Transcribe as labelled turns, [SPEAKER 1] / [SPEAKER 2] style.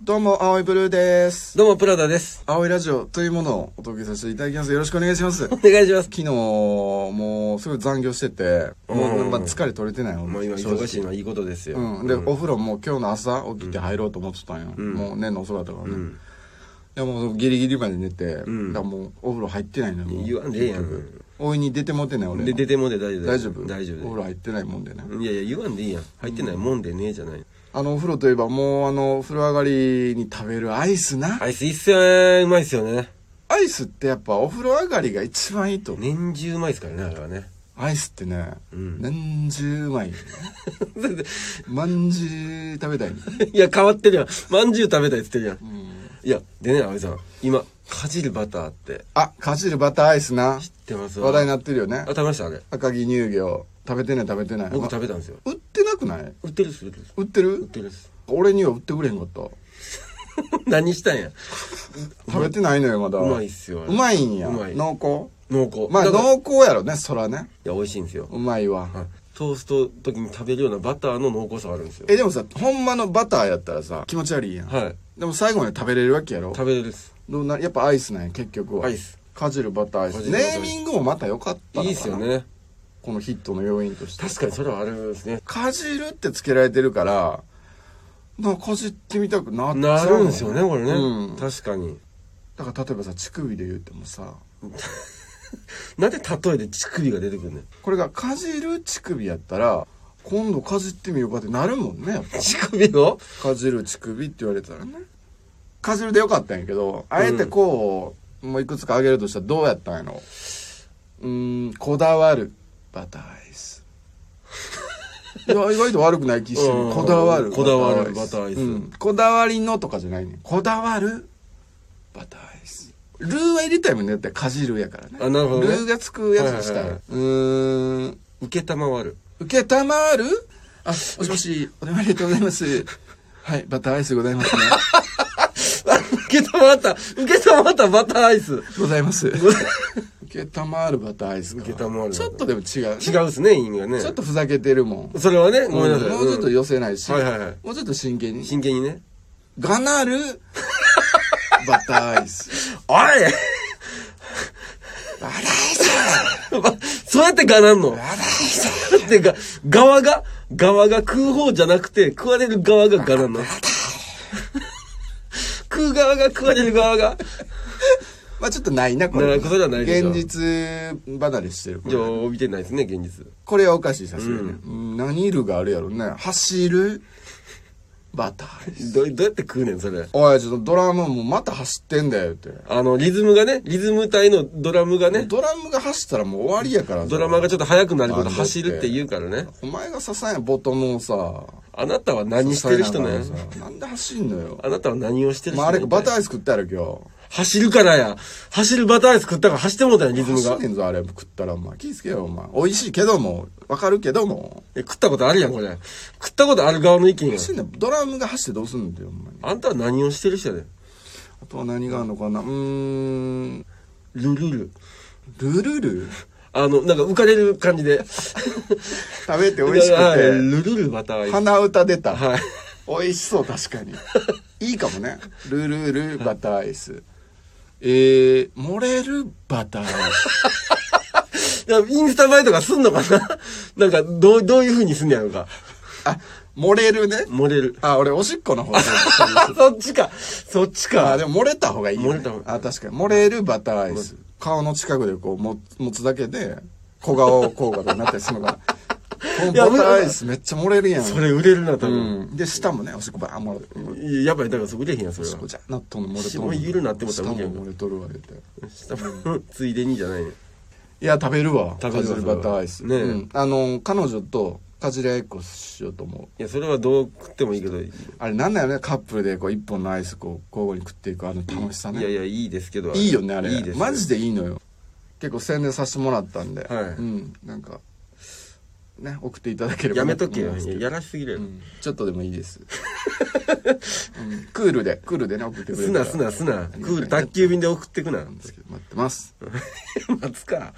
[SPEAKER 1] どうも、青いブルーです。
[SPEAKER 2] どうも、プラダです。
[SPEAKER 1] 青いラジオというものをお届けさせていただきます。よろしくお願いします。
[SPEAKER 2] お
[SPEAKER 1] 昨
[SPEAKER 2] 願いします。
[SPEAKER 1] 日、もう、すごい残業してて、もう、
[SPEAKER 2] うん
[SPEAKER 1] まあ、疲れ取れてない
[SPEAKER 2] もう今、忙しいのはいいことですよ。
[SPEAKER 1] うん。で、お風呂も今日の朝起きて入ろうと思ってたんよ。もう、年の遅かったからね。でもうギリギリまで寝て、
[SPEAKER 2] ん
[SPEAKER 1] だからもうお風呂入ってないのよ。もう
[SPEAKER 2] 言わんでええやん。
[SPEAKER 1] おいに出てもってない俺。
[SPEAKER 2] で、出てもで大丈夫だよ
[SPEAKER 1] 大丈夫
[SPEAKER 2] 大丈
[SPEAKER 1] お
[SPEAKER 2] 夫
[SPEAKER 1] 風呂入ってないもんでね。
[SPEAKER 2] だよいやいや、言わんでいいやん。入ってないもんでねえじゃない。
[SPEAKER 1] あの、お風呂といえばもうあの、お風呂上がりに食べるアイスな。
[SPEAKER 2] アイスいいっすよね。うまいっすよね。
[SPEAKER 1] アイスってやっぱお風呂上がりが一番いいと思う。
[SPEAKER 2] 年中うまいっすからね、あれはね。
[SPEAKER 1] アイスってね、
[SPEAKER 2] うん
[SPEAKER 1] 年中うまい。まんじゅう食べたい、ね。
[SPEAKER 2] いや、変わってるやん。まんじゅう食べたいっつってるやん。
[SPEAKER 1] ん
[SPEAKER 2] いや、でね、葵さん。今、かじるバターって
[SPEAKER 1] あ、かじるバターアイスな。
[SPEAKER 2] 知ってます
[SPEAKER 1] 話題に
[SPEAKER 2] な。
[SPEAKER 1] なってるよね
[SPEAKER 2] あ、。食べました、あれ。
[SPEAKER 1] 赤城乳業。食べてない食べてない。
[SPEAKER 2] 僕
[SPEAKER 1] ま
[SPEAKER 2] 食べたんですよ。
[SPEAKER 1] 売ってなくない
[SPEAKER 2] 売ってるっす、売ってるっす。
[SPEAKER 1] 売って
[SPEAKER 2] 売っ
[SPEAKER 1] る
[SPEAKER 2] てるっす。
[SPEAKER 1] 俺には売ってくれへんかった。
[SPEAKER 2] 何したんや。
[SPEAKER 1] 食べてないのよ、まだ。
[SPEAKER 2] うまいっすよあれ
[SPEAKER 1] うまいんや。
[SPEAKER 2] うまい
[SPEAKER 1] 濃厚
[SPEAKER 2] 濃厚。
[SPEAKER 1] まあ、
[SPEAKER 2] だからい
[SPEAKER 1] 濃厚やろね、そらね。
[SPEAKER 2] や、美味しいんですよ。
[SPEAKER 1] うまいわ。
[SPEAKER 2] はい、トーストの時に食べるようなバターの濃厚さはあるんですよ
[SPEAKER 1] え、でもさ、ほんまのバターやったらさ、気持ち悪いやん。
[SPEAKER 2] はい
[SPEAKER 1] でも最後まで食べれるわけやろ
[SPEAKER 2] 食べれるっす
[SPEAKER 1] どうなやっぱアイスなんや、結局は。
[SPEAKER 2] アイス。
[SPEAKER 1] かじるバターアイ
[SPEAKER 2] か
[SPEAKER 1] ス。
[SPEAKER 2] じるバターアイ
[SPEAKER 1] ネ
[SPEAKER 2] ス
[SPEAKER 1] ーミングもまた良かったのかない
[SPEAKER 2] いっすよ。ね
[SPEAKER 1] このヒットの要因として。
[SPEAKER 2] 確かにそれはあれですね
[SPEAKER 1] かじるってつけられてるから、なんかかじってみたくなっちゃ
[SPEAKER 2] な
[SPEAKER 1] うの
[SPEAKER 2] るんですよねこれね、
[SPEAKER 1] うん。だ
[SPEAKER 2] 確かに
[SPEAKER 1] から例えばさ、乳首で言うてもさ、
[SPEAKER 2] なんで例えで乳首が出てくるねん
[SPEAKER 1] これがかじる乳首やったら、今度かじってみようかってなるもんね、やっぱ。
[SPEAKER 2] 乳首を
[SPEAKER 1] かじる乳首って言われたらね。かじるでよかったんやけど、あえてこう、もういくつかあげるとしたらどうやったんやろうーん、こだわる。バターアイス。 いや、意外と悪くない気して
[SPEAKER 2] う
[SPEAKER 1] る。
[SPEAKER 2] ん
[SPEAKER 1] こだわる。
[SPEAKER 2] こだわるバターアイス
[SPEAKER 1] うんこだわりのとかじゃないね。こだわる。バターアイス。ルーは入れたいもんね。だってかじるやからね。
[SPEAKER 2] あなるほどね
[SPEAKER 1] ルーがつくやつにしたい。
[SPEAKER 2] はいはいはいう
[SPEAKER 1] ーん。
[SPEAKER 2] 受けたまわる
[SPEAKER 1] 受けたまわるあ、もしもし、お電話ありがとうございます。はい、バターアイスございますね。
[SPEAKER 2] あ受けたまわった受けたまわったバターアイス
[SPEAKER 1] ございます。受けたまわるバターアイスか。
[SPEAKER 2] 受けたまわる
[SPEAKER 1] ちょっとでも違う。
[SPEAKER 2] 違うっすね意味がね
[SPEAKER 1] ちょっとふざけてるもん。
[SPEAKER 2] それはねごめんなさい、
[SPEAKER 1] もうちょっと
[SPEAKER 2] うん
[SPEAKER 1] 寄せないし、
[SPEAKER 2] はいはいはい
[SPEAKER 1] もうちょっと真剣に。
[SPEAKER 2] 真剣にね
[SPEAKER 1] がなるバターアイス。
[SPEAKER 2] おい
[SPEAKER 1] バターアイス
[SPEAKER 2] そうやってがなんの
[SPEAKER 1] バターアイス
[SPEAKER 2] だってが、側が、側が食う方じゃなくて、食われる側が側なの。食う側が食われる側が。
[SPEAKER 1] まあちょっとないな、これ。
[SPEAKER 2] なことじゃないでしょ
[SPEAKER 1] 現実離れしてる。こ
[SPEAKER 2] じゃ
[SPEAKER 1] れ
[SPEAKER 2] あ、見てないですね、現実。
[SPEAKER 1] これはおかしい、さすがに。うん何るがあるやろね。走るバターアイス。
[SPEAKER 2] ど、どうやって食うねん、それ。
[SPEAKER 1] おい、ちょっとドラムもまた走ってんだよって。
[SPEAKER 2] あの、リズムがね、リズム体のドラムがね、
[SPEAKER 1] ドラムが走ったらもう終わりやから。
[SPEAKER 2] ドラマがちょっと速くなるこ
[SPEAKER 1] バンド
[SPEAKER 2] と
[SPEAKER 1] って
[SPEAKER 2] 走るって言うからね。
[SPEAKER 1] お前が支えんボトムをさ。
[SPEAKER 2] あなたは何してる人ね
[SPEAKER 1] 支え。なあかんさなんで走んのよ。
[SPEAKER 2] あなたは何をしてる人
[SPEAKER 1] まああれか、バター
[SPEAKER 2] ー。
[SPEAKER 1] アイス食ったやろ今
[SPEAKER 2] 走るからや。走るバターアイス食ったから走ってもうたよ、リズム
[SPEAKER 1] 日。
[SPEAKER 2] が。
[SPEAKER 1] 走んねんぞ、あれ食ったらお前。気ぃつけよ、お前。美味しいけども、わかるけども。
[SPEAKER 2] え食ったことあるやん、これ。食ったことある側の意見やん。
[SPEAKER 1] 走んねんドラムが走ってどうすんだよ、お前。
[SPEAKER 2] あんたは何をしてる人やで。
[SPEAKER 1] あとは何があるのかなうーん。
[SPEAKER 2] ルルル。
[SPEAKER 1] ルルル
[SPEAKER 2] あの、なんか浮かれる感じで。
[SPEAKER 1] 食べて 美味 し
[SPEAKER 2] はい
[SPEAKER 1] く
[SPEAKER 2] ルルルバターアイ
[SPEAKER 1] て。
[SPEAKER 2] ス。
[SPEAKER 1] 鼻歌出た。
[SPEAKER 2] はい。
[SPEAKER 1] 美味しそう確 かにいいかもねルルルバターアイスえー、漏れるバターアイス
[SPEAKER 2] いやインスタ映えとかすんのかな なんか、どう、どういう風にすんねやろか。
[SPEAKER 1] あ漏れるね
[SPEAKER 2] 漏 れる。
[SPEAKER 1] あ俺おしっこの 方が
[SPEAKER 2] そっちか。そっち
[SPEAKER 1] あ
[SPEAKER 2] か。
[SPEAKER 1] でも漏れた方がいいよ、ね、
[SPEAKER 2] 漏れた方が
[SPEAKER 1] あ確かに漏れるバターアイス顔の近くでこうも持つだけで小顔効果とかになったりするのかなこの
[SPEAKER 2] いや
[SPEAKER 1] バターアイスめっちゃ漏れるやん
[SPEAKER 2] それ売れるな、多
[SPEAKER 1] う
[SPEAKER 2] 分。
[SPEAKER 1] んで舌もねおしっこばあん漏れて
[SPEAKER 2] いややばい、だからそこ売れへんやん、それ
[SPEAKER 1] おしっこ
[SPEAKER 2] は。
[SPEAKER 1] じゃなっとんの漏れ
[SPEAKER 2] 下
[SPEAKER 1] とん
[SPEAKER 2] も
[SPEAKER 1] の
[SPEAKER 2] ゆるなって思った
[SPEAKER 1] 舌
[SPEAKER 2] ら
[SPEAKER 1] も
[SPEAKER 2] 無理やんか
[SPEAKER 1] 漏れとるわ言うて
[SPEAKER 2] 下 もついでにじゃないね。
[SPEAKER 1] いや食べるわ
[SPEAKER 2] 食べるわ
[SPEAKER 1] カジルバターアイス
[SPEAKER 2] それはねえ
[SPEAKER 1] うんあの彼女とかじりあいっこしようと思う
[SPEAKER 2] いや、それはどう食ってもいいけど、い
[SPEAKER 1] あれなんだよねカップルでこう一本のアイスこう交互に食っていくあの楽しさね
[SPEAKER 2] やいや、いいですけど。
[SPEAKER 1] いいよねあれ
[SPEAKER 2] いいです。
[SPEAKER 1] マジでいいのよ結構宣伝させてもらったんで、
[SPEAKER 2] はい
[SPEAKER 1] うんなんかね送っていただければ
[SPEAKER 2] やめ
[SPEAKER 1] な
[SPEAKER 2] と
[SPEAKER 1] 思
[SPEAKER 2] け
[SPEAKER 1] い
[SPEAKER 2] よ。
[SPEAKER 1] ます
[SPEAKER 2] いややらしすぎるよ
[SPEAKER 1] う。んちょっとでもいい です、うんクールでクールでね送ってくれ
[SPEAKER 2] す
[SPEAKER 1] たら
[SPEAKER 2] な、すな、すな。
[SPEAKER 1] ありがたい
[SPEAKER 2] クール、宅急便で送ってくな。
[SPEAKER 1] 待ってます
[SPEAKER 2] 待つか。